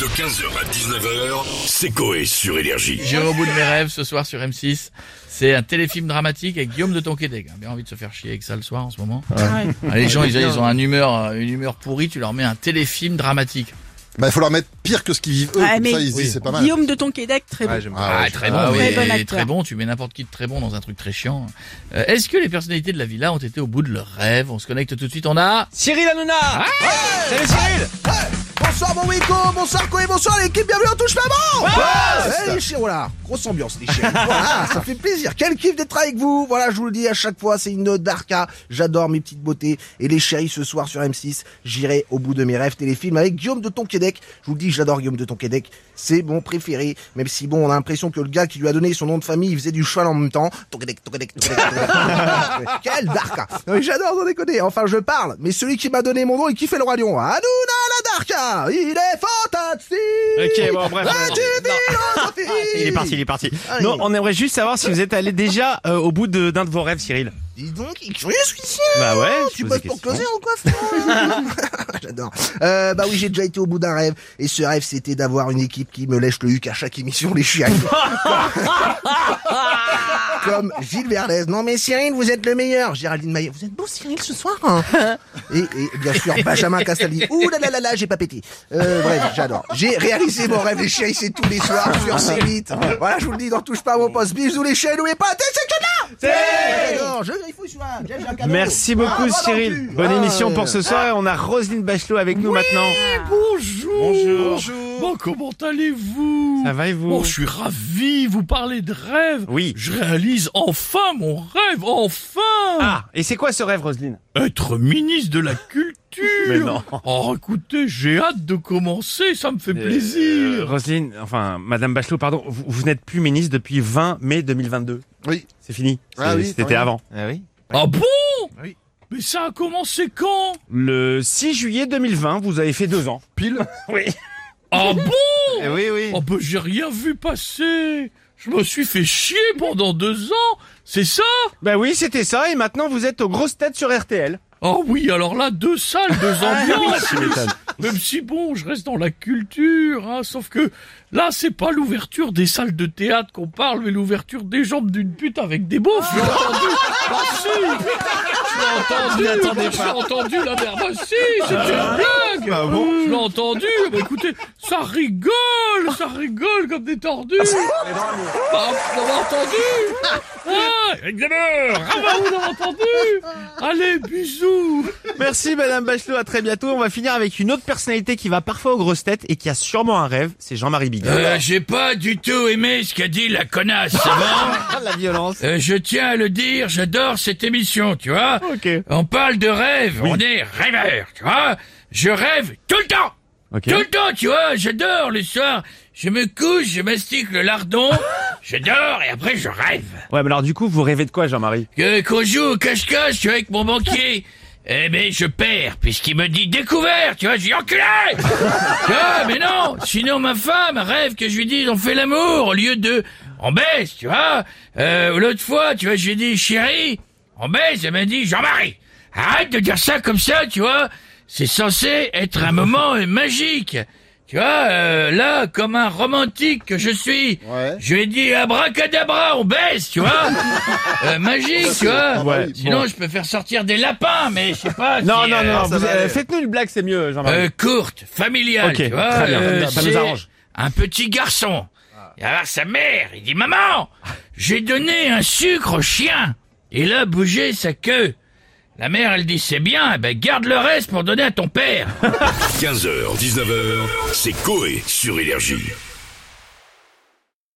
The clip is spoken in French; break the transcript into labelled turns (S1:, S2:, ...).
S1: De 15h à 19h, c'est Coé sur Énergie.
S2: J'irai au bout de mes rêves ce soir sur M6. C'est un téléfilm dramatique avec Guillaume de Tonquédec. Bien envie de se faire chier avec ça le soir en ce moment. Ah, les gens, ils, ils ont un humeur, euh, une humeur pourrie, tu leur mets un téléfilm dramatique.
S3: Bah, il faut leur mettre pire que ce qu'ils vivent eux.
S4: Ah,
S3: comme
S4: mais-
S3: ça, ils se
S2: oui.
S3: disent, c'est pas mal.
S4: Guillaume de Tonquédec, très bon.
S3: Ah,
S2: Ah,
S3: ouais,
S2: très bon,
S4: Très
S2: mais
S4: bon acteur.
S2: très bon, tu mets n'importe qui de très bon dans un truc très chiant. Euh, Est-ce que les personnalités de la villa ont été au bout de leurs rêves On se connecte tout de suite, on a...
S5: Cyril Hanouna Salut Cyril
S6: Bonsoir mon Wico, bonsoir Koé, bonsoir l'équipe, bienvenue en touche pas bon Eh, les chiens, voilà, grosse ambiance les chiens, voilà, ça fait plaisir, quel kiff d'être avec vous, voilà je vous le dis à chaque fois, c'est une ode d'Arca, j'adore mes petites beautés, et les chéris ce soir sur M6, j'irai au bout de mes rêves téléfilm avec Guillaume de Tonquédec, je vous le dis j'adore Guillaume de Tonquédec, c'est mon préféré, même si bon on a l'impression que le gars qui lui a donné son nom de famille, il faisait du cheval en même temps, Tonquédec, Tonquédec, Tonquédec, Tonquédec. quel darka Non, mais J'adore, sans déconner, enfin je parle, mais celui qui m'a donné mon nom et qui fait le roi lion, Hanouna la Darka, il est fantastique
S5: Ok, bon, bref. Ah,
S6: Ah, tu dis l'autre fille.
S5: Il est parti, il est parti.
S6: Allez.
S5: Non, on aimerait juste savoir si vous êtes allé déjà euh, au bout de- d'un de, vos rêves, Cyril.
S6: Dis donc, il est curieux celui-ci
S5: Bah ouais. je
S6: Ah, Tu
S5: pose
S6: bosses
S5: des
S6: pour
S5: questions.
S6: closer ou quoi frère J'adore. Euh, bah oui, j'ai déjà été au bout d'un rêve. Et ce rêve, c'était d'avoir une équipe qui me lèche le huc à chaque émission, les chiens. Comme Gilles Verlez. Non mais Cyril, vous êtes le meilleur. Géraldine Maillet, vous êtes beau Cyril ce soir. hein et, et bien sûr, Benjamin Castaldi. Ouh là là là là, j'ai pas pété. Euh, bref, j'adore. J'ai réalisé mon rêve, les chiens, c'est tous les soirs sur C8. Voilà, je vous le dis, n'en touche pas à mon poste. Bisous les chiens, n'oubliez pas, t'es ce canard J'adore, je griffe au soir. J'ai un cadeau.
S5: Merci
S6: Ah,
S5: beaucoup
S6: moi non
S5: Cyril.
S6: plus.
S5: Bonne
S6: Ah,
S5: émission
S6: ouais.
S5: pour ce soir et on a Roselyne Bachelot avec nous maintenant.
S2: Bonjour Bonjour Bon, comment allez-vous
S5: Ça va et vous
S2: Bon, Oh, je suis ravi, vous parlez de rêve.
S5: Oui.
S2: Je réalise enfin mon rêve, enfin
S5: Ah, et c'est quoi ce rêve Roselyne
S2: Être ministre de la culture
S5: Mais non.
S2: Oh, écoutez, j'ai hâte de commencer, ça me fait
S5: Euh,
S2: plaisir
S5: Roselyne, enfin Madame Bachelot, pardon, vous, vous n'êtes plus ministre depuis 20 mai 2022.
S3: Oui.
S5: C'est fini.
S3: Ah
S5: C'est-
S3: oui,
S5: C'était
S3: oui.
S5: avant.
S2: Ah bon
S3: Oui.
S2: Mais ça a commencé quand
S5: Le 6 juillet 2020, vous avez fait deux ans.
S3: Pile.
S5: Oui.
S2: Ah bon
S5: oui, oui.
S2: Oh bah j'ai rien vu passer Je me suis fait chier pendant deux ans C'est ça
S5: Bah oui, c'était ça, et maintenant vous êtes aux grosses têtes sur RTL.
S2: Oh oui, alors là, deux salles, deux ambiances Même si bon, je reste dans la culture, hein, sauf que là, c'est pas l'ouverture des salles de théâtre qu'on parle, mais l'ouverture des jambes d'une pute avec des beaufs J'ai entendu Bah si Ah, Je l'ai entendu bah, Je l'ai entendu la merde Bah si, c'était une blague Je l'ai entendu Bah écoutez, ça rigole Ça rigole comme des tordus Bah, vous l'avez entendu Ah, examen Ah bah vous l'avez entendu Allez, bisous
S5: Merci Madame Bachelot, à très bientôt. On va finir avec une autre personnalité qui va parfois aux grosses têtes et qui a sûrement un rêve, c'est Jean-Marie Bigard.
S2: Euh, j'ai pas du tout aimé ce qu'a dit la connasse, c'est bon
S5: la violence.
S2: Euh, Je tiens à le dire, j'adore cette émission, tu vois
S5: Ok.
S2: On parle de rêve, on est rêveur, tu vois Je rêve tout le temps
S5: Ok.
S2: Tout le temps, tu vois, j'adore le soir Je me couche, je mastique le lardon, je dors et après je rêve
S5: Ouais, mais alors du coup, vous rêvez de quoi, Jean-Marie
S2: que qu'on joue au cache-cache, tu vois, avec mon banquier. Eh mais je perds, puisqu'il me dit découvert, tu vois, je dis enculé Tu vois, mais non Sinon ma femme rêve que je lui dise on fait l'amour au lieu de on baisse, tu vois euh, L'autre fois, tu vois, je lui ai dit chérie, on baisse, elle m'a dit Jean-Marie, arrête de dire ça comme ça, tu vois C'est censé être un moment euh, magique tu vois, euh, là, comme un romantique que je suis,
S3: Ouais.
S2: je lui ai dit abracadabra, on baisse, tu vois Euh, Magique, tu vois
S5: Ouais,
S2: Sinon,
S5: bon.
S2: je peux faire sortir des lapins, mais je sais pas.
S5: Non,
S2: si,
S5: non,
S2: euh,
S5: non, vous-
S3: va
S5: euh,
S3: aller.
S5: faites-nous une blague, c'est mieux, Jean-Marie.
S2: euh, courte, familiale,
S5: ok,
S2: tu vois.
S5: très bien,
S2: euh,
S5: ça nous
S2: c'est
S5: arrange.
S2: Un petit garçon. Et alors sa mère, il dit maman, j'ai donné un sucre au chien. Et là, bougeait sa queue. La mère, elle dit c'est bien, eh ben garde le reste pour donner à ton père.
S1: 15h, 19h, c'est Coé sur Énergie.